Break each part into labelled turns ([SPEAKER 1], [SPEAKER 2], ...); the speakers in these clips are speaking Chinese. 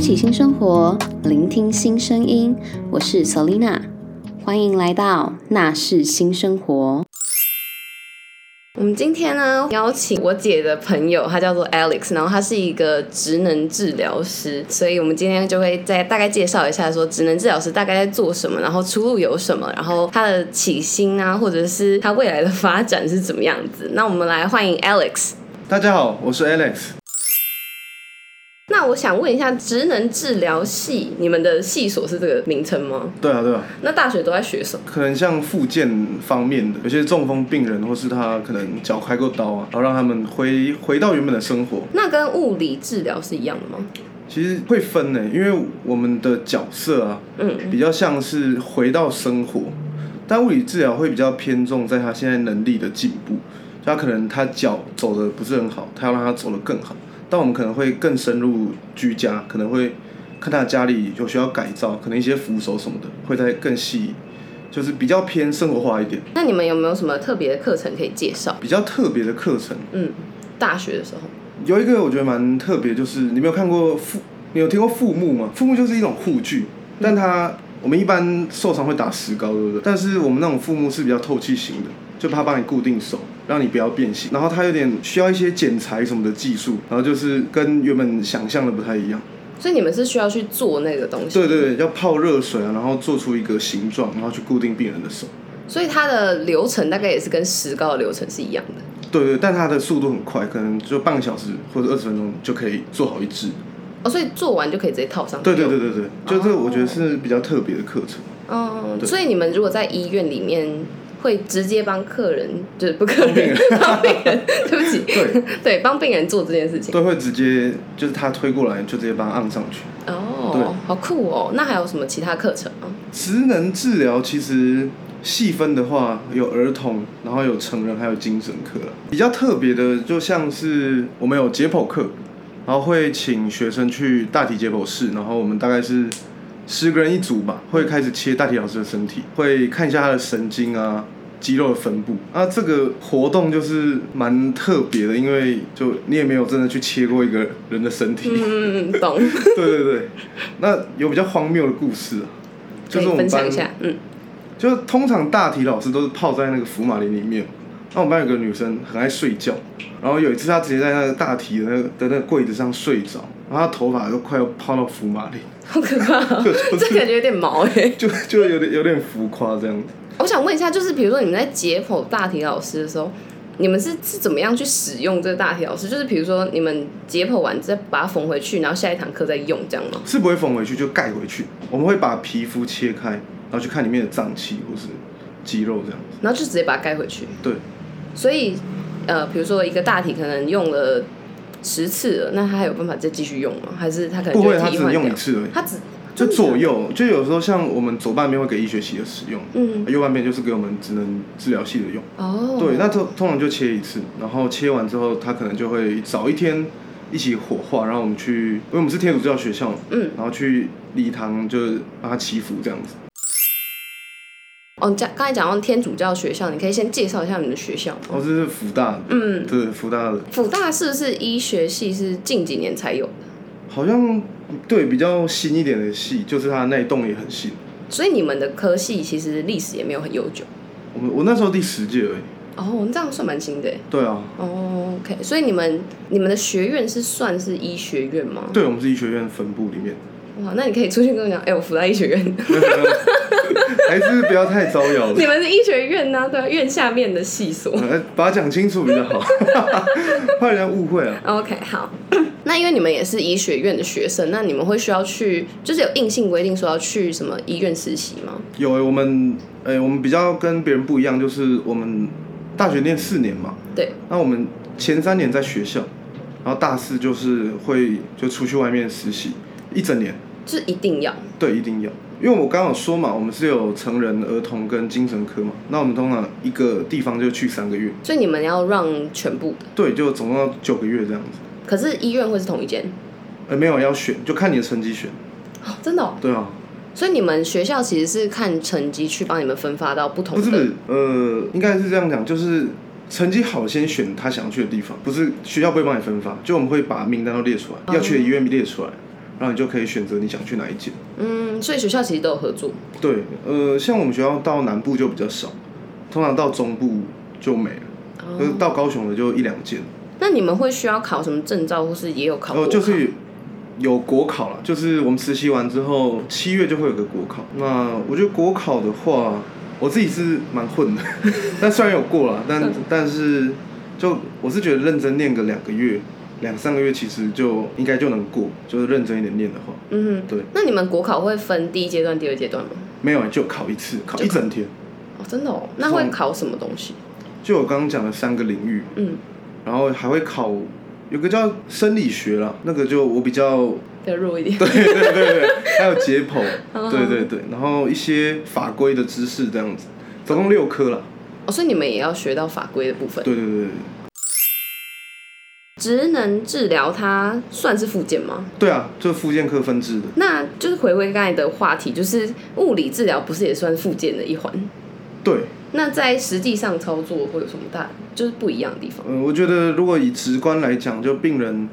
[SPEAKER 1] 起新生活，聆听新声音。我是 Selina，欢迎来到那是新生活。
[SPEAKER 2] 我们今天呢，邀请我姐的朋友，他叫做 Alex，然后他是一个职能治疗师，所以我们今天就会再大概介绍一下，说职能治疗师大概在做什么，然后出路有什么，然后他的起薪啊，或者是他未来的发展是怎么样子。那我们来欢迎 Alex。
[SPEAKER 3] 大家好，我是 Alex。
[SPEAKER 2] 那我想问一下，职能治疗系，你们的系所是这个名称吗？
[SPEAKER 3] 对啊，对啊，
[SPEAKER 2] 那大学都在学什么？
[SPEAKER 3] 可能像复健方面的，有些中风病人，或是他可能脚开过刀啊，然后让他们回回到原本的生活。
[SPEAKER 2] 那跟物理治疗是一样的吗？
[SPEAKER 3] 其实会分呢，因为我们的角色啊，
[SPEAKER 2] 嗯，
[SPEAKER 3] 比较像是回到生活，但物理治疗会比较偏重在他现在能力的进步，就他可能他脚走的不是很好，他要让他走得更好，但我们可能会更深入居家，可能会看他家里有需要改造，可能一些扶手什么的，会再更细，就是比较偏生活化一点，
[SPEAKER 2] 那你们有没有什么特别的课程可以介绍？
[SPEAKER 3] 比较特别的课程。
[SPEAKER 2] 嗯，大学的时候，
[SPEAKER 3] 有一个我觉得蛮特别，就是你没有看过腹，你有听过腹木吗？腹木就是一种护具，但它我们一般受伤会打石膏，对不对？但是我们那种腹木是比较透气型的，就怕帮你固定手，让你不要变形。然后它有点需要一些剪裁什么的技术，然后就是跟原本想象的不太一样。
[SPEAKER 2] 所以你们是需要去做那个东西。
[SPEAKER 3] 对对对，要泡热水啊，然后做出一个形状，然后去固定病人的手。
[SPEAKER 2] 所以它的流程大概也是跟石膏的流程是一样的。
[SPEAKER 3] 对对，但它的速度很快，可能就半个小时或者二十分钟就可以做好一只。
[SPEAKER 2] 哦，所以做完就可以直接套上。
[SPEAKER 3] 对对对。对对，就这个我觉得是比较特别的课程。
[SPEAKER 2] 嗯，
[SPEAKER 3] 对
[SPEAKER 2] 所以你们如果在医院里面，会直接帮客人，就是不客
[SPEAKER 3] 帮病
[SPEAKER 2] 人，
[SPEAKER 3] 人
[SPEAKER 2] 帮病 人，对不起，
[SPEAKER 3] 对
[SPEAKER 2] 对，帮病人做这件事情。
[SPEAKER 3] 都会直接就是他推过来就直接把他按上去。
[SPEAKER 2] 哦
[SPEAKER 3] 对，
[SPEAKER 2] 好酷哦！那还有什么其他课 程吗？
[SPEAKER 3] 职能治疗其实细分的话，有儿童，然后有成人，还有精神科。比较特别的，就像是我们有解剖课，然后会请学生去大体解剖室，然后我们大概是十个人一组吧，会开始切大体老师的身体，会看一下他的神经啊。肌肉的分布啊，这个活动就是蛮特别的，因为就你也没有真的去切过一个人的身体，
[SPEAKER 2] 嗯，懂，
[SPEAKER 3] 对对对，那有比较荒谬的故事、啊，
[SPEAKER 2] 可
[SPEAKER 3] 就是我
[SPEAKER 2] 以
[SPEAKER 3] 们
[SPEAKER 2] 分享
[SPEAKER 3] 班
[SPEAKER 2] 一，下。嗯，
[SPEAKER 3] 就是通常大体老师都是泡在那个福马林里面。那我们班有个女生很爱睡觉，然后有一次她直接在那个大体的那个的那个柜子上睡着，然后她头发都快要泡到福马林，
[SPEAKER 2] 好可怕、哦，
[SPEAKER 3] 就是
[SPEAKER 2] 这感觉有点毛哎、
[SPEAKER 3] 就就有点有点浮夸这样子。
[SPEAKER 2] 我想问一下，就是比如说你们在解剖大体老师的时候，你们是是怎么样去使用这个大体老师？就是比如说你们解剖完再把它缝回去，然后下一堂课再用这样吗？
[SPEAKER 3] 是不会缝回去就盖回去，我们会把皮肤切开，然后去看里面的脏器或是肌肉这样子。
[SPEAKER 2] 然后就直接把它盖回去。
[SPEAKER 3] 对，
[SPEAKER 2] 所以呃，比如说一个大体可能用了十次了，那它还有办法再继续用吗？还是它可能
[SPEAKER 3] 不
[SPEAKER 2] 就
[SPEAKER 3] 会，
[SPEAKER 2] 替
[SPEAKER 3] 她
[SPEAKER 2] 换
[SPEAKER 3] 只
[SPEAKER 2] 掉？
[SPEAKER 3] 能用一次而已。
[SPEAKER 2] 它只
[SPEAKER 3] 就
[SPEAKER 2] 真的
[SPEAKER 3] 左
[SPEAKER 2] 假的
[SPEAKER 3] 右，就有时候像我们左半边会给医学系的使用，
[SPEAKER 2] 嗯
[SPEAKER 3] 右半边就是给我们职能治疗系的用。
[SPEAKER 2] 哦，
[SPEAKER 3] 对，那通通常就切一次，然后切完之后，他可能就会早一天一起火化，然后我们去，因为我们是天主教学校嘛，
[SPEAKER 2] 嗯
[SPEAKER 3] 然后去礼堂就是帮他祈福这样子。
[SPEAKER 2] 哦，你讲刚才讲到天主教学校，你可以先介绍一下你们的学校吗？
[SPEAKER 3] 哦，这是福大的，
[SPEAKER 2] 嗯，
[SPEAKER 3] 对，福大的，
[SPEAKER 2] 辅大是不是医学系是近几年才有的？
[SPEAKER 3] 好像对比较新一点的系，就是他那一栋也很新。
[SPEAKER 2] 所以你们的科系其实历史也没有很悠久。
[SPEAKER 3] 我们我那时候第十届而已。
[SPEAKER 2] 哦，这样算蛮新的耶。
[SPEAKER 3] 对啊，
[SPEAKER 2] 哦，OK，所以你们你们的学院是算是医学院吗？
[SPEAKER 3] 对，我们是医学院分部里面，
[SPEAKER 2] 哇，那你可以出去跟我讲，哎、我福大医学院，
[SPEAKER 3] 没有没有还是不要太招摇了。
[SPEAKER 2] 你们是医学院呐、对、啊，院下面的系所。
[SPEAKER 3] 呃把它讲清楚比较好， 怕人家误会啊。
[SPEAKER 2] OK，好。 那因为你们也是医学院的学生，那你们会需要去，就是有硬性规定说要去什么医院实习吗？
[SPEAKER 3] 有、欸、我们，呃、我们比较跟别人不一样，就是我们大学念四年嘛，
[SPEAKER 2] 对，
[SPEAKER 3] 那我们前三年在学校，然后大四就是会就出去外面实习一整年，
[SPEAKER 2] 就是一定要。
[SPEAKER 3] 对，一定要。因为我刚刚有说嘛，我们是有成人、儿童跟精神科嘛，那我们通常一个地方就去三个月，
[SPEAKER 2] 所以你们要让全部的，
[SPEAKER 3] 对，就总共要九个月这样子。
[SPEAKER 2] 可是医院会是同一间，
[SPEAKER 3] 呃，没有要选，就看你的成绩选。
[SPEAKER 2] 哦，真的、哦。
[SPEAKER 3] 对啊，
[SPEAKER 2] 所以你们学校其实是看成绩去帮你们分发到不同的，
[SPEAKER 3] 不是不是，呃，应该是这样讲，就是成绩好先选他想要去的地方，不是学校不会帮你分发，就我们会把名单都列出来，要去的医院列出来，然后你就可以选择你想去哪一间。
[SPEAKER 2] 嗯，所以学校其实都有合作。
[SPEAKER 3] 对，呃，像我们学校到南部就比较少，通常到中部就没了，就是到高雄的就一两间。
[SPEAKER 2] 那你们会需要考什么证照，或是也有考国
[SPEAKER 3] 呃，
[SPEAKER 2] 考？
[SPEAKER 3] 就是有国考了，就是我们实习完之后，七月就会有个国考。那我觉得国考的话，我自己是蛮 混的，但虽然有过了，
[SPEAKER 2] 嗯
[SPEAKER 3] 但但是就我是觉得认真念个两个月、两三个月，其实就应该就能过，就是认真一点念的话，
[SPEAKER 2] 嗯哼，
[SPEAKER 3] 对。
[SPEAKER 2] 那你们国考会分第一阶段、第二阶段吗？
[SPEAKER 3] 没有就考一次，考一整天，
[SPEAKER 2] 哦，真的哦。那会考什么东西？
[SPEAKER 3] 就我刚刚讲的三个领域，
[SPEAKER 2] 嗯，
[SPEAKER 3] 然后还会考。有个叫生理学啦，那个就我比较
[SPEAKER 2] 比较弱一点。
[SPEAKER 3] 对对对，对，还有解剖，对对对，然后一些法规的知识这样子，总共六科了。
[SPEAKER 2] 哦，所以你们也要学到法规的部分。
[SPEAKER 3] 对对对对
[SPEAKER 2] 职能治疗它算是附件吗？
[SPEAKER 3] 对啊，这附件科分支的，
[SPEAKER 2] 那就是回归刚才的话题，就是物理治疗不是也算附件的一环？
[SPEAKER 3] 对，
[SPEAKER 2] 那在实际上操作会有什么大就是不一样的地方？
[SPEAKER 3] 嗯、我觉得如果以直观来讲，就病人。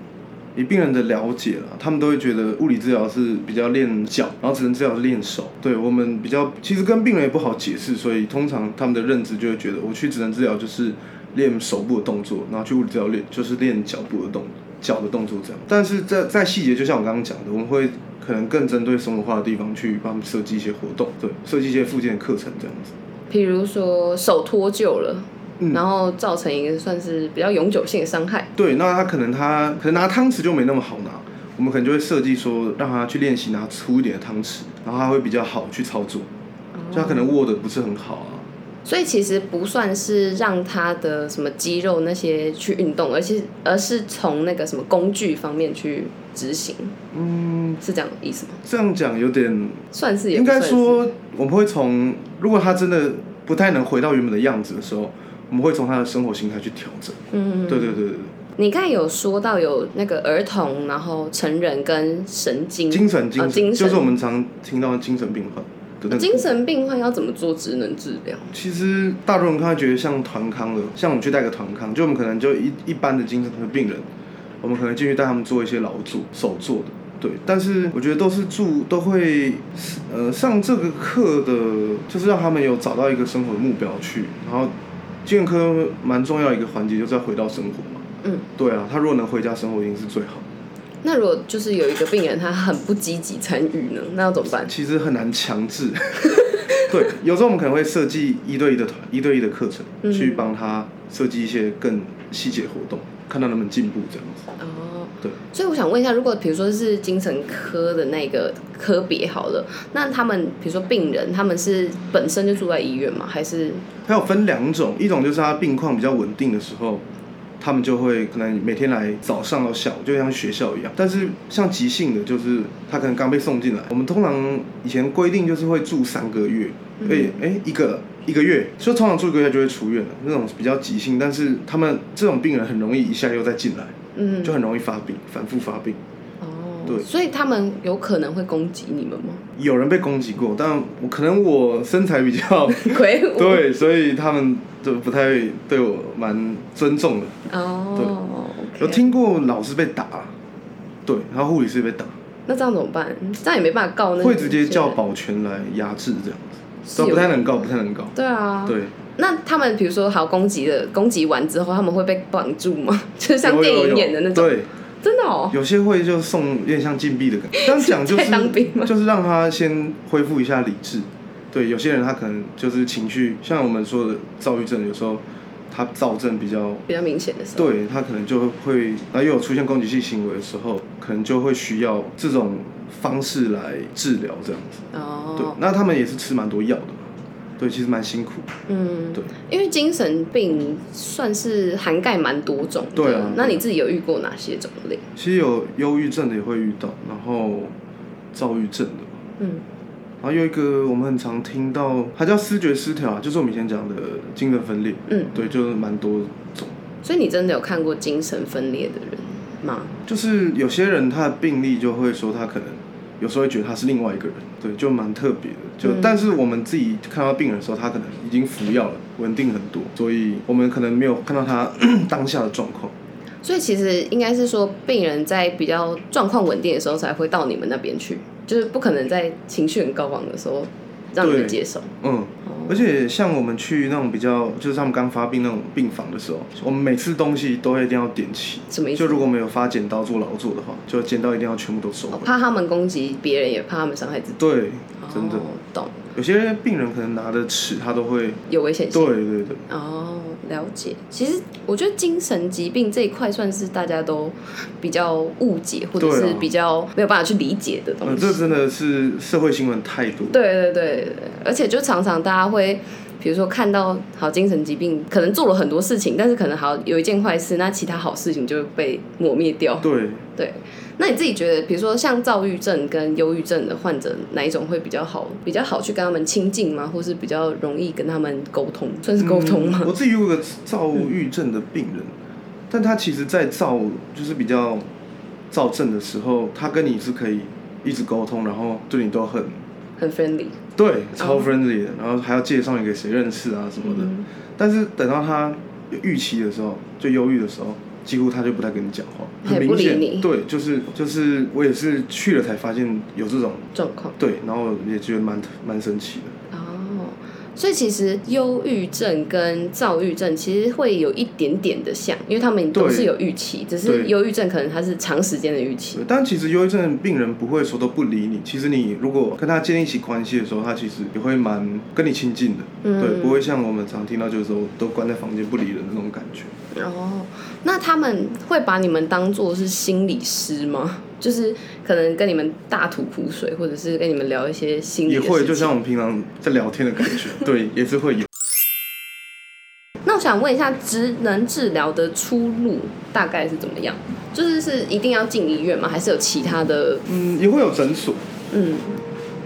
[SPEAKER 3] 以病人的了解啦，他们都会觉得物理治疗是比较练脚，然后职能治疗是练手。对我们比较，其实跟病人也不好解释，所以通常他们的认知就会觉得，我去职能治疗就是练手部的动作，然后去物理治疗练就是练脚部的动脚的动作这样。但是在在细节，就像我刚刚讲的，我们会可能更针对生活化的地方去帮他们设计一些活动，对，设计一些附件的课程这样子。
[SPEAKER 2] 比如说手脱臼了，
[SPEAKER 3] 嗯
[SPEAKER 2] 然后造成一个算是比较永久性的伤害。
[SPEAKER 3] 对，那他可能他可能拿汤匙就没那么好拿，我们可能就会设计说让他去练习拿粗一点的汤匙，然后他会比较好去操作。
[SPEAKER 2] 哦
[SPEAKER 3] 就他可能握的不是很好啊，
[SPEAKER 2] 所以其实不算是让他的什么肌肉那些去运动，而是而是从那个什么工具方面去执行，
[SPEAKER 3] 嗯，
[SPEAKER 2] 是这样的意思吗？
[SPEAKER 3] 这样讲有点，
[SPEAKER 2] 算是也
[SPEAKER 3] 应
[SPEAKER 2] 不
[SPEAKER 3] 该
[SPEAKER 2] 算是
[SPEAKER 3] 说我们会从如果他真的不太能回到原本的样子的时候，我们会从他的生活形态去调整。
[SPEAKER 2] 嗯，
[SPEAKER 3] 对对对对
[SPEAKER 2] 你刚才有说到有那个儿童，然后成人跟神经
[SPEAKER 3] 对，精神精
[SPEAKER 2] 哦
[SPEAKER 3] 神,、
[SPEAKER 2] 精神哦
[SPEAKER 3] 就是我们常听到的精神病患的那个
[SPEAKER 2] 精神病患要怎么做职能治疗？
[SPEAKER 3] 其实大众他觉得像团康了，像我们去带个团康，就我们可能就一一般的精神科病人，我们可能进去带他们做一些劳作、手做的，对。但是我觉得都是注都会，呃，上这个课的，就是让他们有找到一个生活的目标去。然后，健科蛮重要的一个环节就是要回到生活嘛。
[SPEAKER 2] 嗯，
[SPEAKER 3] 对啊，他如果能回家生活，一定是最好。
[SPEAKER 2] 那如果就是有一个病人他很不积极参与呢，那要怎么办？
[SPEAKER 3] 其实很难强制。 对，有时候我们可能会设计一对一的团、一对一的课程，
[SPEAKER 2] 嗯
[SPEAKER 3] 去帮他设计一些更细节活动，看到他们进步这样子。
[SPEAKER 2] 哦，
[SPEAKER 3] 对，
[SPEAKER 2] 所以我想问一下，如果比如说是精神科的那个科别好了，那他们比如说病人，他们是本身就住在医院吗？还是
[SPEAKER 3] 它有分两种，一种就是他病况比较稳定的时候，他们就会可能每天来早上到下午，就像学校一样。但是像急性的，就是他可能刚被送进来，我们通常以前规定就是会住三个月，诶、诶、一个一个月，所以通常住一个月就会出院了。那种比较急性，但是他们这种病人很容易一下又再进来。
[SPEAKER 2] 嗯
[SPEAKER 3] 就很容易发病，反复发病。
[SPEAKER 2] 哦，
[SPEAKER 3] 对
[SPEAKER 2] 所以他们有可能会攻击你们 吗？
[SPEAKER 3] 有人被攻击过，但我可能我身材比较
[SPEAKER 2] 魁梧
[SPEAKER 3] 对，所以他们就不太对我蛮尊重的。
[SPEAKER 2] 哦，
[SPEAKER 3] 有
[SPEAKER 2] OK
[SPEAKER 3] 听过老师被打，对，然后护理师被打，
[SPEAKER 2] 那这样怎么办？这样也没办法告那
[SPEAKER 3] 会直接叫
[SPEAKER 2] 保，
[SPEAKER 3] 保全来压制这样子，
[SPEAKER 2] 是
[SPEAKER 3] 但
[SPEAKER 2] 有
[SPEAKER 3] 不太能告，不太能告。
[SPEAKER 2] 对啊，
[SPEAKER 3] 对，
[SPEAKER 2] 那他们比如说好攻击的，攻击完之后他们会被绑住吗？ 就是像
[SPEAKER 3] 有
[SPEAKER 2] 电
[SPEAKER 3] 有
[SPEAKER 2] 影
[SPEAKER 3] 有
[SPEAKER 2] 演的那种，
[SPEAKER 3] 对，
[SPEAKER 2] 真的哦，
[SPEAKER 3] 有些会就送有点像禁闭的感觉。 这样讲就
[SPEAKER 2] 在当兵吗
[SPEAKER 3] 是就是让他先恢复一下理智。对，有些人他可能就是情绪，像我们说的躁郁症，有时候他躁症比较
[SPEAKER 2] 比较明显的时候，
[SPEAKER 3] 对他可能就会，然后又有出现攻击性行为的时候，可能就会需要这种方式来治疗这样子。对
[SPEAKER 2] 哦，，
[SPEAKER 3] 那他们也是吃蛮多药的嘛，对，其实蛮辛苦。
[SPEAKER 2] 嗯。
[SPEAKER 3] 对，
[SPEAKER 2] 因为精神病算是涵盖蛮多种的，
[SPEAKER 3] 对啊
[SPEAKER 2] 那你自己有遇过哪些种类？
[SPEAKER 3] 其实有忧郁症的也会遇到，然后躁郁症的，
[SPEAKER 2] 嗯，
[SPEAKER 3] 然后有一个我们很常听到，它叫思觉失调啊，就是我们以前讲的精神分裂。
[SPEAKER 2] 嗯，
[SPEAKER 3] 对，就是蛮多种。
[SPEAKER 2] 所以你真的有看过精神分裂的人吗？
[SPEAKER 3] 就是有些人他的病例就会说他可能有时候会觉得他是另外一个人，对，就蛮特别的。就、
[SPEAKER 2] 嗯
[SPEAKER 3] 但是我们自己看到病人的时候，他可能已 经服药了，稳定很多，所以我们可能没有看到他当下的状况。
[SPEAKER 2] 所以其实应该是说，病人在比较状况稳定的时候才会到你们那边去，就是不可能在情绪很高昂的时候让你们
[SPEAKER 3] 对
[SPEAKER 2] 接哦手。
[SPEAKER 3] 嗯，而且像我们去那种比较，就是他们刚发病那种病房的时候，我们每次东西都一定要点齐。
[SPEAKER 2] 什么意思
[SPEAKER 3] 就如果没有发剪刀做劳作的话，就剪刀一定要全部都收
[SPEAKER 2] 哦
[SPEAKER 3] 回。
[SPEAKER 2] 怕他们攻击别人，也怕他们伤害自己。
[SPEAKER 3] 对，真的
[SPEAKER 2] 哦，懂，
[SPEAKER 3] 有些病人可能拿着尺，他都会。
[SPEAKER 2] 有危险
[SPEAKER 3] 对
[SPEAKER 2] 性。
[SPEAKER 3] 对对，
[SPEAKER 2] 哦，了解。其实我觉得精神疾病这一块算是大家都比较误解，或者
[SPEAKER 3] 对啊
[SPEAKER 2] 是比较没有办法去理解的东
[SPEAKER 3] 嗯，
[SPEAKER 2] 西。
[SPEAKER 3] 这真的是社会新闻太多。
[SPEAKER 2] 对对对，对而且就常常大家会，比如说看到好精神疾病，可能做了很多事情，但是可能好有一件坏事，那其他好事情就会被抹灭掉。
[SPEAKER 3] 对，
[SPEAKER 2] 对，那你自己觉得，比如说像躁郁症跟忧郁症的患者，哪一种会比较好？比较好去跟他们亲近吗？或是比较容易跟他们沟通？算是沟通啊吗？
[SPEAKER 3] 嗯我自己遇过个躁郁症的病人，但他其实，在躁就是比较躁症的时候，他跟你是可以一直沟通，然后对你都很
[SPEAKER 2] 很 friendly。
[SPEAKER 3] 对超
[SPEAKER 2] 嗯
[SPEAKER 3] friendly 的，然后还要介绍你给谁认识啊什么的。但是等到他有预期的时候，就忧郁的时候。几乎他就不太跟你讲话，
[SPEAKER 2] 他也
[SPEAKER 3] 很
[SPEAKER 2] 不
[SPEAKER 3] 明
[SPEAKER 2] 理
[SPEAKER 3] 显
[SPEAKER 2] 你，
[SPEAKER 3] 对，就是就是我也是去了才发现有这种
[SPEAKER 2] 状况
[SPEAKER 3] 对，然后也觉得蛮蛮神奇的。
[SPEAKER 2] 哦，所以其实忧郁症跟躁郁症其实会有一点点的像，因为他们都
[SPEAKER 3] 对
[SPEAKER 2] 是有预期，只是
[SPEAKER 3] 对
[SPEAKER 2] 忧郁症可能它是长时间的预期
[SPEAKER 3] 对，但其实忧郁症病人不会说都不理你，其实你如果跟他建立起关系的时候，他其实也会蛮跟你亲近的，
[SPEAKER 2] 嗯
[SPEAKER 3] 对，不会像我们常听到就是说都关在房间不理人的那种感觉。
[SPEAKER 2] 哦。那他们会把你们当做是心理师吗？就是可能跟你们大吐苦水，或者是跟你们聊一些心理
[SPEAKER 3] 也
[SPEAKER 2] 的
[SPEAKER 3] 会
[SPEAKER 2] 事
[SPEAKER 3] 就
[SPEAKER 2] 情
[SPEAKER 3] 像我们平常在聊天的感觉，对，也是会有。
[SPEAKER 2] 那我想问一下，职能治疗的出路大概是怎么样？就是是一定要进医院吗？还是有其他的？
[SPEAKER 3] 嗯，也会有诊所，
[SPEAKER 2] 嗯，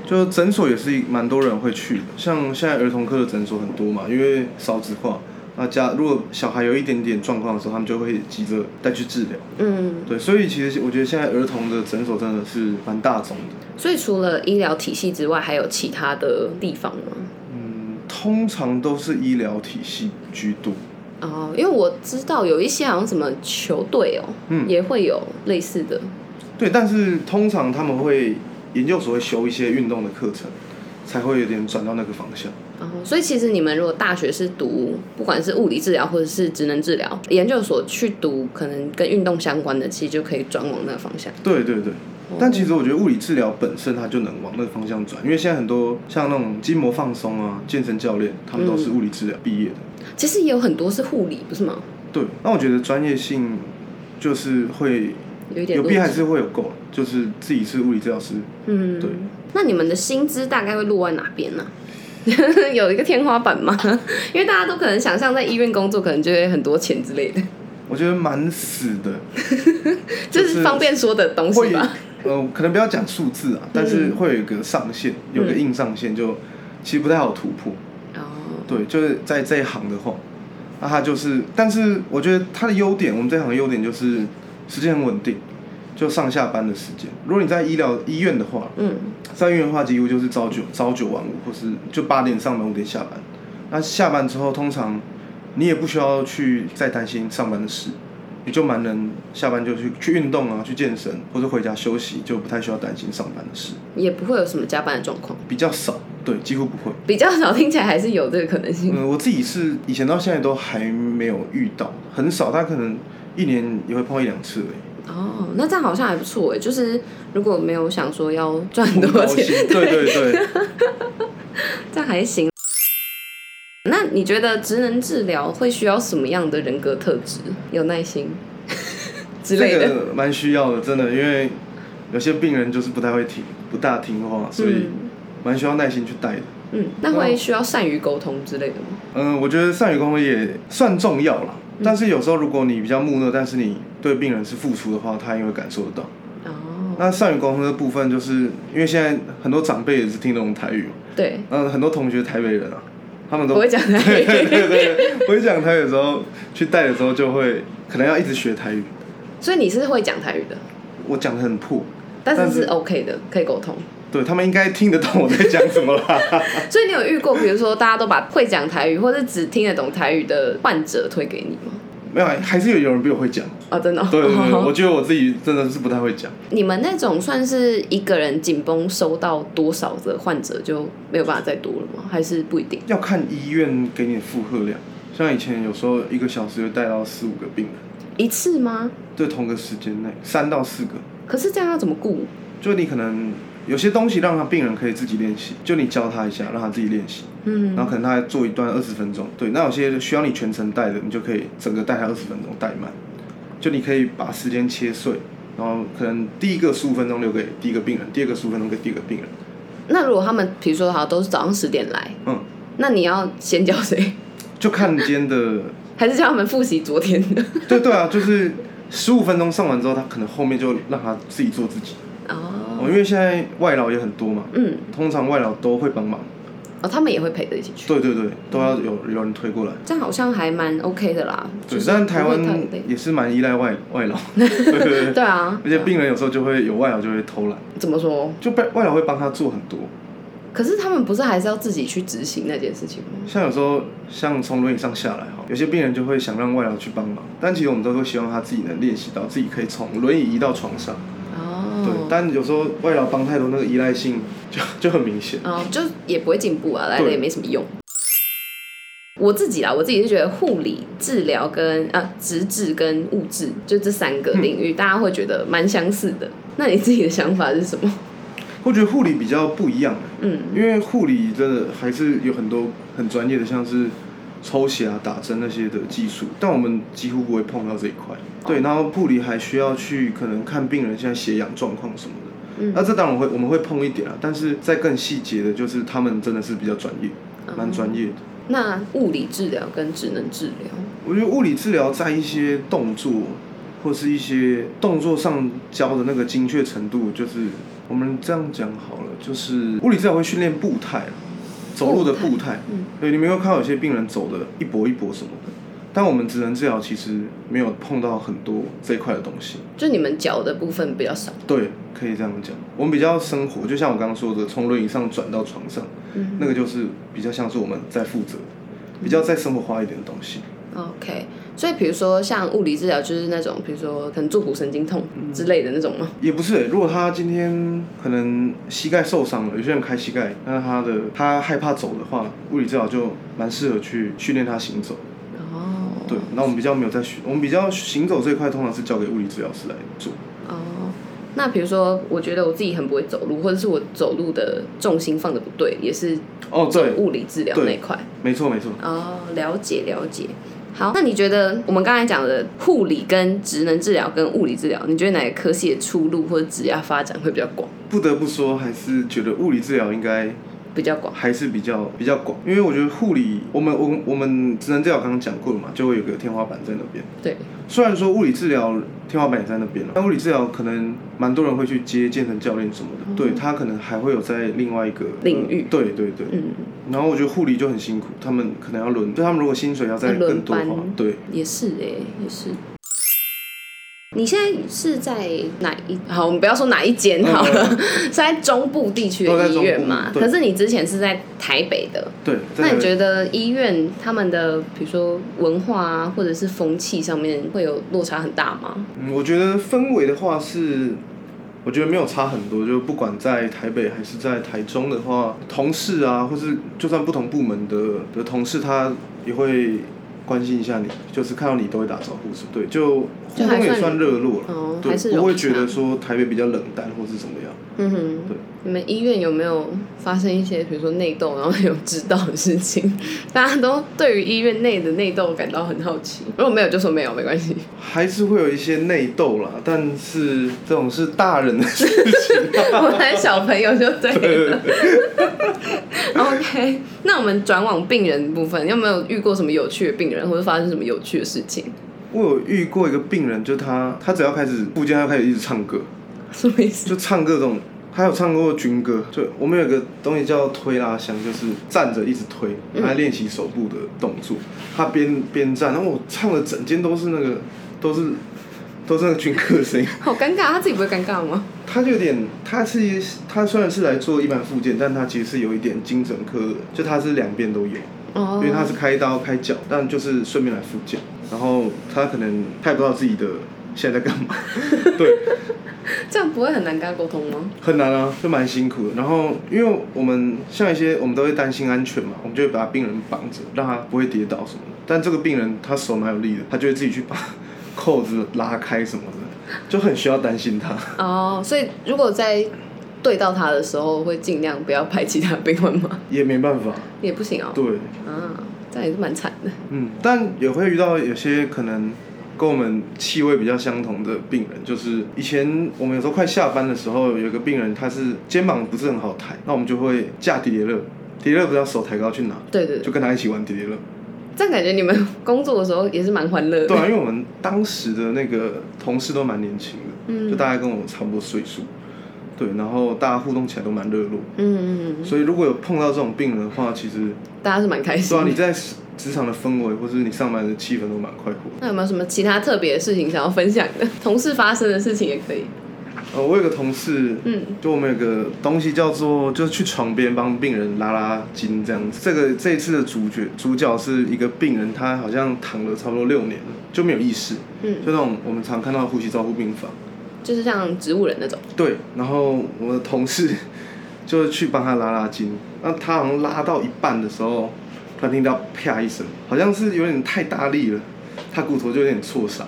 [SPEAKER 3] 就诊所也是一蛮多人会去的，像现在儿童科的诊所很多嘛，因为少子化。那家如果小孩有一点点状况的时候，他们就会急着带去治疗。
[SPEAKER 2] 嗯，
[SPEAKER 3] 对，所以其实我觉得现在儿童的诊所真的是蛮大众的。
[SPEAKER 2] 所以除了医疗体系之外，还有其他的地方吗？
[SPEAKER 3] 嗯，通常都是医疗体系居多。
[SPEAKER 2] 哦，因为我知道有一些好像什么球队哦，
[SPEAKER 3] 嗯
[SPEAKER 2] 也会有类似的。
[SPEAKER 3] 对，但是通常他们会研究所会修一些运动的课程，才会有点转到那个方向。
[SPEAKER 2] 然后，所以其实你们如果大学是读不管是物理治疗或者是职能治疗，研究所去读可能跟运动相关的，其实就可以转往那个方向。
[SPEAKER 3] 对对对。
[SPEAKER 2] 哦
[SPEAKER 3] 但其实我觉得物理治疗本身它就能往那个方向转，因为现在很多像那种筋膜放松啊、健身教练，他们都是物理治疗毕业的。
[SPEAKER 2] 其实也有很多是护理，不是吗？
[SPEAKER 3] 对，那我觉得专业性就是会
[SPEAKER 2] 有一点
[SPEAKER 3] 有
[SPEAKER 2] 落
[SPEAKER 3] 必还
[SPEAKER 2] 差
[SPEAKER 3] 是会有够，就是自己是物理治疗师，
[SPEAKER 2] 嗯，
[SPEAKER 3] 对。
[SPEAKER 2] 那你们的薪资大概会落在哪边呢、 有一个天花板吗？ 因为大家都可能想象在医院工作，可能就会很多钱之类的，
[SPEAKER 3] 我觉得蛮死的。
[SPEAKER 2] 这
[SPEAKER 3] 就是
[SPEAKER 2] 是方便说的东
[SPEAKER 3] 会
[SPEAKER 2] 西吧？嗯
[SPEAKER 3] 呃，可能不要讲数字啊，但是会有一个上限，有个硬上限就，其实不太好突破。
[SPEAKER 2] 哦，
[SPEAKER 3] 对，就是在这一行的话，那它就是，但是我觉得它的优点，我们这行的优点就是时间很稳定，就上下班的时间。如果你在医疗医院的话，
[SPEAKER 2] 嗯，
[SPEAKER 3] 在医院的话几乎就是朝九朝九晚五，或是就八点上班五点下班。那下班之后，通常你也不需要去再担心上班的事，你就蛮能下班就去去运动啊，去健身，或者回家休息，就不太需要担心上班的事，
[SPEAKER 2] 也不会有什么加班的状况，
[SPEAKER 3] 比较少，对，几乎不会。
[SPEAKER 2] 比较少，听起来还是有这个可能性。
[SPEAKER 3] 嗯，我自己是以前到现在都还没有遇到，很少，他可能一年也会碰一两次而已。
[SPEAKER 2] 哦，那这样好像还不错哎，就是如果没有想说要赚很
[SPEAKER 3] 很
[SPEAKER 2] 多
[SPEAKER 3] 高
[SPEAKER 2] 钱
[SPEAKER 3] 兴，嗯对对对，
[SPEAKER 2] 这样还行。那你觉得职能治疗会需要什么样的人格特质？有耐心 之类
[SPEAKER 3] 这
[SPEAKER 2] 的。
[SPEAKER 3] 个蛮需要的，真的，因为有些病人就是不太会听，不大听话，所以啊蛮需要耐心去带的。
[SPEAKER 2] 嗯，那会需要善于沟通之类的吗？
[SPEAKER 3] 嗯，我觉得善于沟通也算重要啦，
[SPEAKER 2] 嗯
[SPEAKER 3] 但是有时候如果你比较木讷，但是你对病人是付出的话，他也会感受得到。
[SPEAKER 2] 哦，
[SPEAKER 3] 那善于沟通的部分，就是因为现在很多长辈也是听得懂台语嘛，
[SPEAKER 2] 对，
[SPEAKER 3] 嗯，很多同学台北人啊，他们都
[SPEAKER 2] 不会讲 台
[SPEAKER 3] 对
[SPEAKER 2] 语，
[SPEAKER 3] 对对，我一讲台语的时候，去带的时候就会可能要一直学台语，
[SPEAKER 2] 所以你是会讲台语的，
[SPEAKER 3] 我讲的很破，
[SPEAKER 2] 但
[SPEAKER 3] 但
[SPEAKER 2] 是
[SPEAKER 3] 是
[SPEAKER 2] 是 OK 的，可以沟通。
[SPEAKER 3] 对他们应该听得懂我在讲什么啦。
[SPEAKER 2] 所以你有遇过，比如说大家都把会讲台语或者只听得懂台语的患者推给你吗？
[SPEAKER 3] 没有，还是有有人比我会讲。
[SPEAKER 2] 哦，真的、哦。
[SPEAKER 3] 对 对对，我觉得我自己真的是不太会讲。
[SPEAKER 2] 你们那种算是一个人紧绷收到多少的患者就没有办法再多了吗？还是不一定？
[SPEAKER 3] 要看医院给你的负荷量，像以前有时候一个小时就带到四五个病人，
[SPEAKER 2] 一次吗？
[SPEAKER 3] 对，同个时间内三到四个，
[SPEAKER 2] 可是这样要怎么顾？
[SPEAKER 3] 就你可能有些东西让他病人可以自己练习，就你教他一下，让他自己练习，
[SPEAKER 2] 嗯，
[SPEAKER 3] 然后可能他还做一段二十分钟，对，那有些需要你全程带的，你就可以整个带他二十分钟带慢，就你可以把时间切碎，然后可能第一个十五分钟留给第一个病人，第二个十五分钟给第二个病人，
[SPEAKER 2] 那如果他们比如说好都是早上十点来，
[SPEAKER 3] 嗯，
[SPEAKER 2] 那你要先教谁？
[SPEAKER 3] 就看今天的，
[SPEAKER 2] 还是叫他们复习昨天的？
[SPEAKER 3] 对对啊，就是十五分钟上完之后，他可能后面就让他自己做自己，
[SPEAKER 2] 哦，
[SPEAKER 3] 哦，因为现在外劳也很多嘛，
[SPEAKER 2] 嗯，
[SPEAKER 3] 通常外劳都会帮忙，
[SPEAKER 2] 哦，他们也会陪着一起去，
[SPEAKER 3] 对对对，都要有有人推过来。
[SPEAKER 2] 这样好像还蛮 OK 的啦。
[SPEAKER 3] 对
[SPEAKER 2] 就，是
[SPEAKER 3] 但台湾
[SPEAKER 2] 不会太累
[SPEAKER 3] 也是蛮依赖外外 劳，对对对
[SPEAKER 2] 对啊，
[SPEAKER 3] 而且病人有时候就会有外劳就会偷懒，
[SPEAKER 2] 怎么说？
[SPEAKER 3] 就被外劳会帮他做很多，
[SPEAKER 2] 可是他们不是还是要自己去执行那件事情吗？
[SPEAKER 3] 像有时候像从轮椅上下来哈，有些病人就会想让外劳去帮忙，但其实我们都会希望他自己能练习到自己可以从轮椅移到床上，对，
[SPEAKER 2] 哦，
[SPEAKER 3] 但有时候外劳帮太多，那个依赖性就就很明显。
[SPEAKER 2] 哦，就也不会进步啊，来了
[SPEAKER 3] 对
[SPEAKER 2] 也没什么用。我自己啦，我自己是觉得护理、治疗跟啊职治跟物质，就这三个领
[SPEAKER 3] 嗯
[SPEAKER 2] 域，大家会觉得蛮相似的。那你自己的想法是什么？
[SPEAKER 3] 我觉得护理比较不一样，
[SPEAKER 2] 嗯，
[SPEAKER 3] 因为护理真的还是有很多很专业的，像是抽血啊、打针那些的技术，但我们几乎不会碰到这一块。
[SPEAKER 2] 哦
[SPEAKER 3] 对，然后护理还需要去可能看病人现在血氧状况什么的。
[SPEAKER 2] 嗯
[SPEAKER 3] 那这当然会我们会碰一点啊，但是在更细节的，就是他们真的是比较专业，
[SPEAKER 2] 哦
[SPEAKER 3] 蛮专业的。
[SPEAKER 2] 那物理治疗跟职能治疗，
[SPEAKER 3] 我觉得物理治疗在一些动作或是一些动作上教的那个精确程度，就是我们这样讲好了，就是物理治疗会训练步态啊，走路的步态。
[SPEAKER 2] 嗯
[SPEAKER 3] 对，你没有看到有些病人走的一跛一跛什么的，但我们职能治疗其实没有碰到很多这一块的东西。
[SPEAKER 2] 就你们脚的部分比较少。
[SPEAKER 3] 对，可以这样讲。我们比较生活，就像我刚刚说的，从轮椅上转到床上，
[SPEAKER 2] 嗯
[SPEAKER 3] 那个就是比较像是我们在负责，比较在生活化一点的东西。
[SPEAKER 2] ，OK。所以比如说像物理治疗，就是那种比如说可能坐骨神经痛
[SPEAKER 3] 嗯
[SPEAKER 2] 之类的那种吗？
[SPEAKER 3] 也不是欸、如果他今天可能膝盖受伤了，有些人开膝盖，那他的他害怕走的话，物理治疗就蛮适合去训练他行走。
[SPEAKER 2] 哦，
[SPEAKER 3] 对，那我们比较没有在学，我们比较行走这一块通常是交给物理治疗师来做。
[SPEAKER 2] 哦，那比如说，我觉得我自己很不会走路，或者是我走路的重心放的不对，也是
[SPEAKER 3] 哦，对，
[SPEAKER 2] 物理治疗
[SPEAKER 3] 对
[SPEAKER 2] 那一块。
[SPEAKER 3] 没错没错。
[SPEAKER 2] 哦，了解了解。好，那你觉得我们刚才讲的护理跟职能治疗跟物理治疗，你觉得哪个科系的出路或者职业发展会比较广？
[SPEAKER 3] 不得不说，还是觉得物理治疗应该
[SPEAKER 2] 比较广。
[SPEAKER 3] 还是比较比较广，因为我觉得护理，我们我们我们职能治疗刚刚讲过了嘛，就会有个天花板在那边。
[SPEAKER 2] 对，
[SPEAKER 3] 虽然说物理治疗天花板也在那边了，但物理治疗可能蛮多人会去接健身教练什么的，对他可能还会有在另外一个
[SPEAKER 2] 嗯领域
[SPEAKER 3] 呃对对对，
[SPEAKER 2] 嗯，
[SPEAKER 3] 然后我觉得护理就很辛苦，他们可能要轮，就他们如果薪水要再更多的
[SPEAKER 2] 轮
[SPEAKER 3] 话
[SPEAKER 2] 班，
[SPEAKER 3] 对，
[SPEAKER 2] 也是哎、也是。你现在是在哪一？好，我们不要说哪一间好了，
[SPEAKER 3] 嗯
[SPEAKER 2] 是在中部地区的医院嘛？
[SPEAKER 3] 都在中部对
[SPEAKER 2] 可是你之前是在台北的，
[SPEAKER 3] 对。
[SPEAKER 2] 那你
[SPEAKER 3] 得
[SPEAKER 2] 觉得医院他们的比如说文化啊，或者是风气上面会有落差很大吗？
[SPEAKER 3] 嗯，我觉得氛围的话是，我觉得没有差很多，就不管在台北还是在台中的话，同事啊，或是就算不同部门的的同事，他也会关心一下你，就是看到你都会打招呼，是对，就
[SPEAKER 2] 就
[SPEAKER 3] 互
[SPEAKER 2] 还
[SPEAKER 3] 动也
[SPEAKER 2] 算
[SPEAKER 3] 算热络了，
[SPEAKER 2] 哦还是
[SPEAKER 3] 对，
[SPEAKER 2] 有
[SPEAKER 3] 不会
[SPEAKER 2] 差
[SPEAKER 3] 觉得说台北比较冷淡或是怎么样。
[SPEAKER 2] 嗯哼
[SPEAKER 3] 对，
[SPEAKER 2] 你们医院有没有发生一些比如说内斗，然后有知道的事情？ 大家都对于医院内的内斗感到很好奇。如果没有就说没有，没关系。
[SPEAKER 3] 还是会有一些内斗啦，但是这种是大人的事 情、啊。
[SPEAKER 2] 我来小朋友就对 了。OK，那我们转往病人部分，有没有遇过什么有趣的病人，或者发生什么有趣的事 情？
[SPEAKER 3] 我有遇过一个病人，就他，他只要开始附近，他就开始一直唱歌，
[SPEAKER 2] 什么意思？
[SPEAKER 3] 就唱各种，他有唱过军歌，就我们有个东西叫推拉箱，就是站着一直推，他练习手部的动作，他边边站，然后我唱的整间都是那个，都是都是那个军歌的声音，
[SPEAKER 2] 好尴尬，他自己不会尴尬吗？
[SPEAKER 3] 他就有点，他是他虽然是来做一般复健，但他其实是有一点精神科，就他是两边都有，
[SPEAKER 2] 哦
[SPEAKER 3] 因为他是开刀开脚，但就是顺便来复健。然后他可能他也不知道自己的现在在干嘛，对，
[SPEAKER 2] 这样不会很难跟他沟通吗？
[SPEAKER 3] 很难啊，就蛮辛苦的。然后，因为我们像一些我们都会担心安全嘛，我们就会把病人绑着，让他不会跌倒什么的。但这个病人他手蛮有力的，他就会自己去把扣子拉开什么的，就很需要担心他。
[SPEAKER 2] 哦，所以如果在对到他的时候，会尽量不要拍其他病患吗？
[SPEAKER 3] 也没办法，
[SPEAKER 2] 也不行哦。
[SPEAKER 3] 对，
[SPEAKER 2] 啊，这样也是蛮惨的。
[SPEAKER 3] 嗯，但也会遇到有些可能跟我们气味比较相同的病人，就是以前我们有时候快下班的时候，有一个病人他是肩膀不是很好抬，那我们就会架叠乐，叠乐不是要手抬高去拿，
[SPEAKER 2] 对对对，
[SPEAKER 3] 就跟他一起玩叠叠乐。
[SPEAKER 2] 这样感觉你们工作的时候也是蛮欢乐的。
[SPEAKER 3] 对啊，因为我们当时的那个同事都蛮年轻的，
[SPEAKER 2] 嗯
[SPEAKER 3] 就大概跟我差不多岁数，对，然后大家互动起来都蛮热络，
[SPEAKER 2] 嗯嗯嗯，
[SPEAKER 3] 所以如果有碰到这种病人的话，其实
[SPEAKER 2] 大家是蛮开
[SPEAKER 3] 对
[SPEAKER 2] 心
[SPEAKER 3] 啊，
[SPEAKER 2] 的
[SPEAKER 3] 你。在职场的氛围或是你上班的气氛都蛮快活的。
[SPEAKER 2] 那有没有什么其他特别的事情想要分享的？同事发生的事情也可以。
[SPEAKER 3] 呃，我有个同事，
[SPEAKER 2] 嗯，
[SPEAKER 3] 就我们有个东西叫做，就是去床边帮病人拉拉筋这样子。这个这一次的主角主角是一个病人，他好像躺了差不多六年了，就没有意识，
[SPEAKER 2] 嗯
[SPEAKER 3] 就那种我们常看到的呼吸照护病房。
[SPEAKER 2] 就是像植物人那种。
[SPEAKER 3] 对，然后我的同事 就去帮他拉拉筋，那他好像拉到一半的时候，突然听到啪一声，好像是有点太大力了，他骨头就有点挫伤。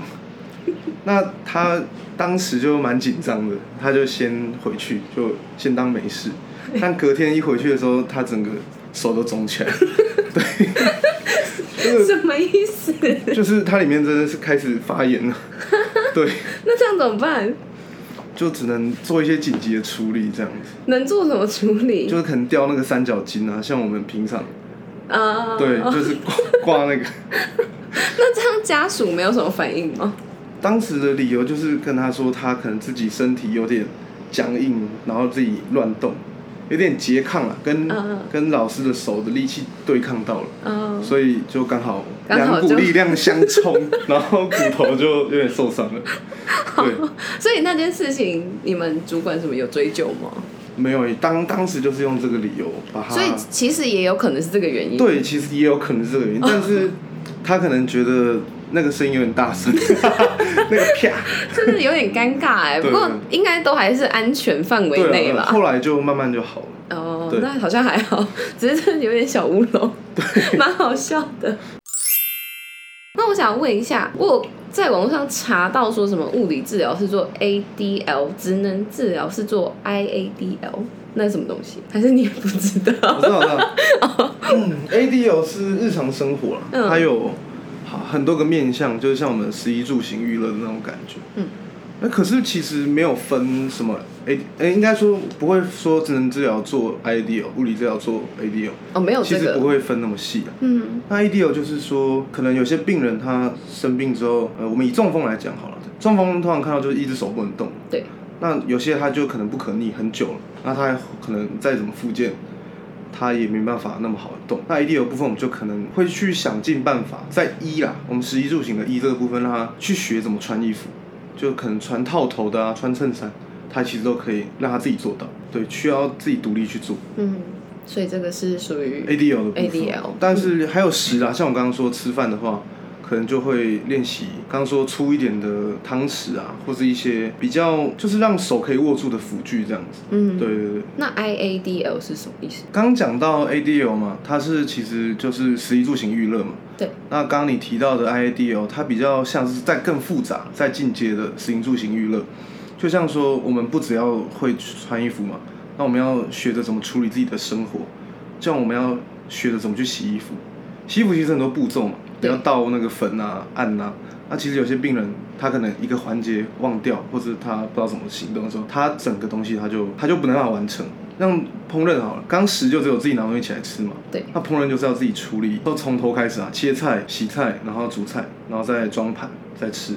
[SPEAKER 3] 那他当时就蛮紧张的，他就先回去，就先当没事。但隔天一回去的时候，他整个手都肿起来，
[SPEAKER 2] 什么意思？
[SPEAKER 3] 就是他里面真的是开始发炎了。对，
[SPEAKER 2] 那这样怎么办？
[SPEAKER 3] 就只能做一些紧急的处理，这样子，
[SPEAKER 2] 能做什么处理？
[SPEAKER 3] 就是可能吊那个三角巾啊，像我们平常
[SPEAKER 2] 啊，
[SPEAKER 3] 对，就是挂挂那个。
[SPEAKER 2] 那这样家属没有什么反应吗？
[SPEAKER 3] 当时的理由就是跟他说，他可能自己身体有点僵硬，然后自己乱动，有点拮抗了，跟、
[SPEAKER 2] 嗯嗯
[SPEAKER 3] 跟老师的手的力气对抗到了，
[SPEAKER 2] 啊，
[SPEAKER 3] 所以就刚好
[SPEAKER 2] 刚好
[SPEAKER 3] 两
[SPEAKER 2] 就
[SPEAKER 3] 股力量相冲，然后骨头就有点受伤了。 对，
[SPEAKER 2] 所以那件事情你们主管什么有追究吗？
[SPEAKER 3] 没有当当时就是用这个理由把他
[SPEAKER 2] 所以其实也有可能是这个原因。，
[SPEAKER 3] 对，其实也有可能是这个原因，但是他可能觉得那个声音有点大声，那个啪。啊
[SPEAKER 2] 就是有点尴尬哎、不
[SPEAKER 3] 对
[SPEAKER 2] 过应该都还是安全范围内
[SPEAKER 3] 啊，
[SPEAKER 2] 吧。
[SPEAKER 3] 后来就慢慢就好了。
[SPEAKER 2] 哦，
[SPEAKER 3] 对
[SPEAKER 2] 那好像还好， 只是有点小乌龙， 蛮好笑的。那我想问一下，我有在网络上查到说什么物理治疗是做 ADL，职能治疗是做 IADL，那是什么东西？还是你也不知
[SPEAKER 3] 我
[SPEAKER 2] 道？
[SPEAKER 3] 知道，我知道。 嗯，ADL 是日常生活啦，
[SPEAKER 2] 嗯
[SPEAKER 3] 它有好很多个面向，就是像我们食衣住行娱乐的那种感觉。
[SPEAKER 2] 嗯，
[SPEAKER 3] 那可是其实没有分什么 A，哎、应该说不会说职能治疗做 IDL，物理治疗做 ADL，、
[SPEAKER 2] 哦，没有
[SPEAKER 3] 其
[SPEAKER 2] 这
[SPEAKER 3] 实不
[SPEAKER 2] 个。
[SPEAKER 3] 会分那么细啊。
[SPEAKER 2] 嗯
[SPEAKER 3] 那 IDL 就是说，可能有些病人他生病之后，呃，我们以中风来讲好了，中风通常看到就是一只手不能动，
[SPEAKER 2] 对，
[SPEAKER 3] 那有些他就可能不可逆很久了，那他可能再怎么复健，他也没办法那么好的动。那 AD 有部分我们就可能会去想尽办法，在衣啦，我们食衣住行的衣这个部分，让他去学怎么穿衣服，就可能穿套头的啊，穿衬衫，他其实都可以让他自己做到。对，需要自己独立去做
[SPEAKER 2] 嗯，所以这个是属于
[SPEAKER 3] ADL 的部分
[SPEAKER 2] ADL
[SPEAKER 3] 但是还有食啦，像我刚刚说吃饭的话，可能就会练习刚刚说粗一点的汤匙啊，或是一些比较就是让手可以握住的辅具这样子。
[SPEAKER 2] 嗯，
[SPEAKER 3] 对对对，
[SPEAKER 2] 那 IADL 是什么意思？
[SPEAKER 3] 刚讲到 ADL 嘛，它是其实就是食衣住行娱乐嘛。
[SPEAKER 2] 对。
[SPEAKER 3] 那刚刚你提到的 IADL，它比较像是在更复杂、在进阶的食衣住行娱乐，就像说我们不只要会穿衣服嘛，那我们要学着怎么处理自己的生活，这样我们要学着怎么去洗衣服。洗衣服其实很多步骤嘛，你
[SPEAKER 2] 对
[SPEAKER 3] 要倒那个粉啊、按啊。那其实有些病人他可能一个环节忘掉，或者他不知道怎么行动的时候，他整个东西他就他就不能让它完成。像烹饪好了，刚食就只有自己拿东西起来吃嘛，
[SPEAKER 2] 对，
[SPEAKER 3] 那烹饪就是要自己处理，都从头开始啊，切菜、洗菜，然后煮菜，然后再装盘，再吃。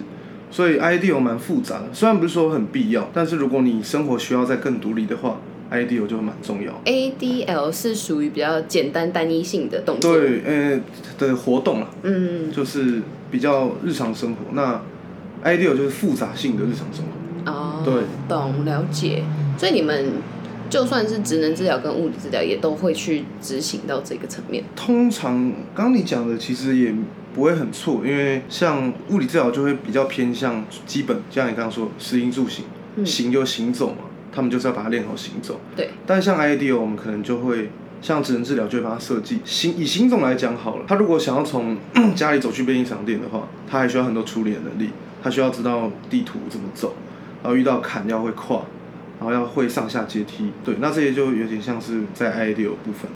[SPEAKER 3] 所以 IDO 蛮复杂的，虽然不是说很必要，但是如果你生活需要再更独立的话，IDO 就蛮重要。
[SPEAKER 2] ADL 是属于比较简单单一性的动作，
[SPEAKER 3] 对，呃的活动啦，
[SPEAKER 2] 嗯，
[SPEAKER 3] 就是比较日常生活。那 IDO 就是复杂性的日常生活。
[SPEAKER 2] 哦，
[SPEAKER 3] 对，
[SPEAKER 2] 懂了解。所以你们就算是职能治疗跟物理治疗，也都会去执行到这个层面。
[SPEAKER 3] 通常刚刚你讲的其实也不会很错，因为像物理治疗就会比较偏向基本，像你刚刚说食衣住行，
[SPEAKER 2] 嗯
[SPEAKER 3] 行就行走嘛，他们就是要把它练好行走。
[SPEAKER 2] 对，
[SPEAKER 3] 但像 IDO 我们可能就会。像职能治疗就会帮他设计行以行动来讲好了，他如果想要从 家里走去便利商店的话，他还需要很多处理的能力，他需要知道地图怎么走，然后遇到坎要会跨，然后要会上下阶梯，对，那这些就有点像是在 IDO 部分。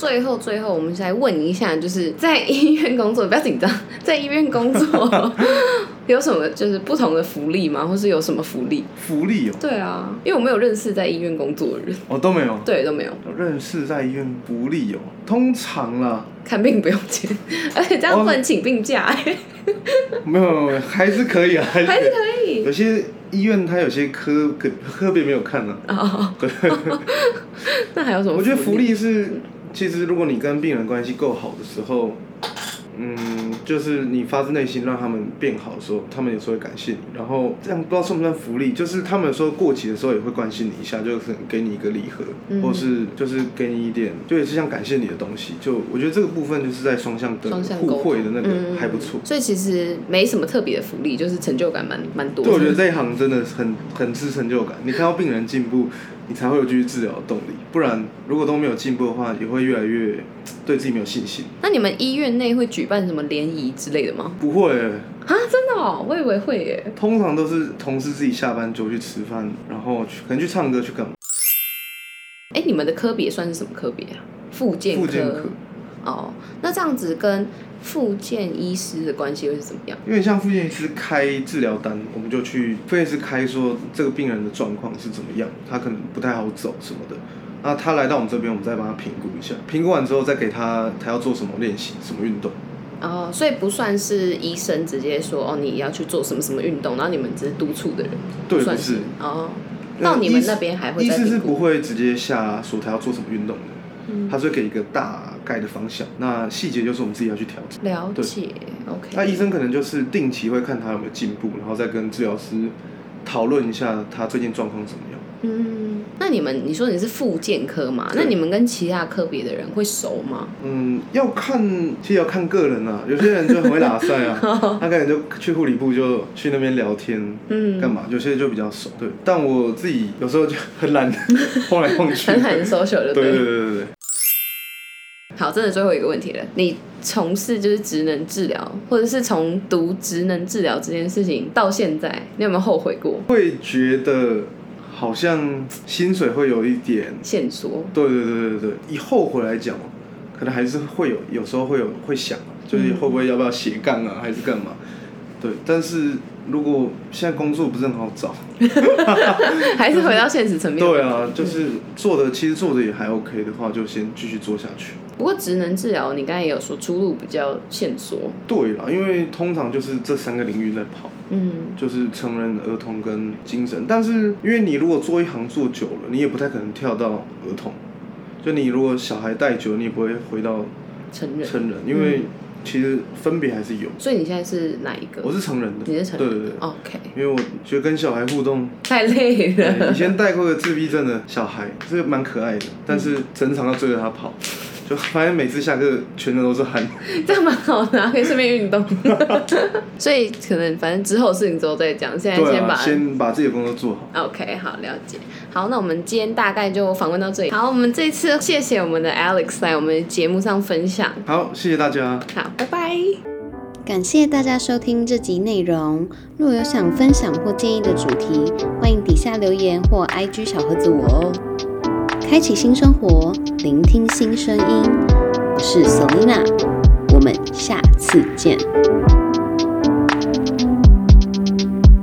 [SPEAKER 2] 最后，最后，我们来问一下，就是在医院工作，不要紧张， 在医院工作 有什么就是不同的福利吗？或是有什么福利？
[SPEAKER 3] 福利哦，
[SPEAKER 2] 对啊，因为我没有认识在医院工作的人，
[SPEAKER 3] 哦都没有，
[SPEAKER 2] 对，都没有
[SPEAKER 3] 有认识在医院不利哦，通常啦，
[SPEAKER 2] 看病不用钱，而且这
[SPEAKER 3] 哦
[SPEAKER 2] 样不能请病假、欸，
[SPEAKER 3] 没有没有没有，还是可以啊，还是
[SPEAKER 2] 还
[SPEAKER 3] 可
[SPEAKER 2] 是
[SPEAKER 3] 以
[SPEAKER 2] 可以
[SPEAKER 3] 有些医院它有些科科科别没有看啊呢、
[SPEAKER 2] 哦。
[SPEAKER 3] 对，
[SPEAKER 2] 那还有什么？
[SPEAKER 3] 我觉得福利是，其实如果你跟病人关系够好的时候，嗯，就是你发自内心让他们变好的时候，他们有时候会感谢你。然后这样不知道算不算福利，就是他们有时候过期的时候也会关心你一下，就是给你一个礼盒，
[SPEAKER 2] 嗯
[SPEAKER 3] 或是就是给你一点，就也是像感谢你的东西。就我觉得这个部分就是在双向的
[SPEAKER 2] 双向沟
[SPEAKER 3] 互
[SPEAKER 2] 通
[SPEAKER 3] 惠的那个
[SPEAKER 2] 嗯
[SPEAKER 3] 还不错。
[SPEAKER 2] 所以其实没什么特别的福利，就是成就感蛮蛮多的。
[SPEAKER 3] 对，我觉得这一行真的很很吃成就感。你看到病人进步，你才会有继续治疗的动力。不然，如果都没有进步的话，也会越来越对自己没有信心。
[SPEAKER 2] 那你们医院内会举办什么联谊之类的吗？
[SPEAKER 3] 不会欸、
[SPEAKER 2] 啊，真的哦，我以为会耶。
[SPEAKER 3] 通常都是同事自己下班就去吃饭，然后去可能去唱歌去干嘛？
[SPEAKER 2] 哎、你们的科别算是什么科别啊？复健
[SPEAKER 3] 复
[SPEAKER 2] 科。
[SPEAKER 3] 健科，
[SPEAKER 2] 哦，那这样子跟复健医师的关系会是怎么样？
[SPEAKER 3] 因为像复健医师开治疗单，我们就去复健医师开说这个病人的状况是怎么样，他可能不太好走什么的。那他来到我们这边，我们再帮他评估一下，评估完之后再给他他要做什么练习、什么运动。
[SPEAKER 2] 哦，所以不算是医生直接说哦，你要去做什么什么运动，然后你们只是督促的人，
[SPEAKER 3] 对，
[SPEAKER 2] 算
[SPEAKER 3] 不是
[SPEAKER 2] 哦。到你们那边还会
[SPEAKER 3] 医
[SPEAKER 2] 再
[SPEAKER 3] 师是
[SPEAKER 2] 评估嗯
[SPEAKER 3] 不会直接下说他要做什么运动的，他是会给一个大概的方向，那细节就是我们自己要去调整。
[SPEAKER 2] 了
[SPEAKER 3] 对
[SPEAKER 2] 解，OK。
[SPEAKER 3] 那医生可能就是定期会看他有没有进步，然后再跟治疗师讨论一下他最近状况怎么样。
[SPEAKER 2] 嗯，那你们你说你是复健科嘛？
[SPEAKER 3] 对
[SPEAKER 2] 那你们跟其他科别的人会熟 吗？
[SPEAKER 3] 嗯，要看，其实要看个人啊，有些人就很会拉塞 啊，他可能就去护理部就去那边聊天，
[SPEAKER 2] 嗯
[SPEAKER 3] 干嘛？有些就比较熟，对。但我自己有时候就 很懒，晃来晃去。
[SPEAKER 2] 很很 social 的
[SPEAKER 3] 对对
[SPEAKER 2] 对
[SPEAKER 3] 对
[SPEAKER 2] 了。
[SPEAKER 3] 对对。
[SPEAKER 2] 好，真的最后一个问题了。你从事就是职能治疗，或者是从读职能治疗这件事情到现在，你有没有后悔过？
[SPEAKER 3] 会觉得好像薪水会有一点，
[SPEAKER 2] 现说，
[SPEAKER 3] 对对对对对，以后回来讲哦，可能还是会有，有时候会有会想啊，就是会不会要不要斜杠啊，还是干嘛？对，但是如果现在工作不是很好找，
[SPEAKER 2] 还是回到现实层面？
[SPEAKER 3] 对啊，就是做的其实做的也还 OK 的话，就先继续做下去。
[SPEAKER 2] 不过职能治疗，你刚才也有说出路比较限缩，
[SPEAKER 3] 对啦，因为通常就是这三个领域在跑。
[SPEAKER 2] 嗯，
[SPEAKER 3] 就是成人、儿童跟精神。但是因为你如果做一行做久了，你也不太可能跳到儿童。就你如果小孩带久了，你也不会回到
[SPEAKER 2] 成人。
[SPEAKER 3] 成人，因为其实分别还是有。
[SPEAKER 2] 所以你现在是哪一个？
[SPEAKER 3] 我是成人的，
[SPEAKER 2] 你是成
[SPEAKER 3] 对
[SPEAKER 2] 人
[SPEAKER 3] 对对，
[SPEAKER 2] OK，
[SPEAKER 3] 因为我觉得跟小孩 互动，
[SPEAKER 2] 太累
[SPEAKER 3] 对
[SPEAKER 2] 了
[SPEAKER 3] 以。前带过一个自闭症的小孩，是蛮可爱的，
[SPEAKER 2] 嗯
[SPEAKER 3] 但是整场要追着他跑，就发现每次下课全身都 是汗。
[SPEAKER 2] 这样蛮好的、啊，可以顺便运动。所以可能反正之后事情之后再讲，现在
[SPEAKER 3] 对
[SPEAKER 2] 先把、
[SPEAKER 3] 啊，先把自己的工作做好。
[SPEAKER 2] OK，好，了解。好，那我们今天大概就访问到这里。好，我们这次谢谢我们的 Alex 来我们节目上分享。
[SPEAKER 3] 好，谢谢大家。
[SPEAKER 2] 好，拜拜。
[SPEAKER 1] 感谢大家收听这集内容。若有想分享或建议的主题，欢迎底下留言或 IG 小盒子我哦。开启新生活，聆听新声音，我是 Selina，我们下次见。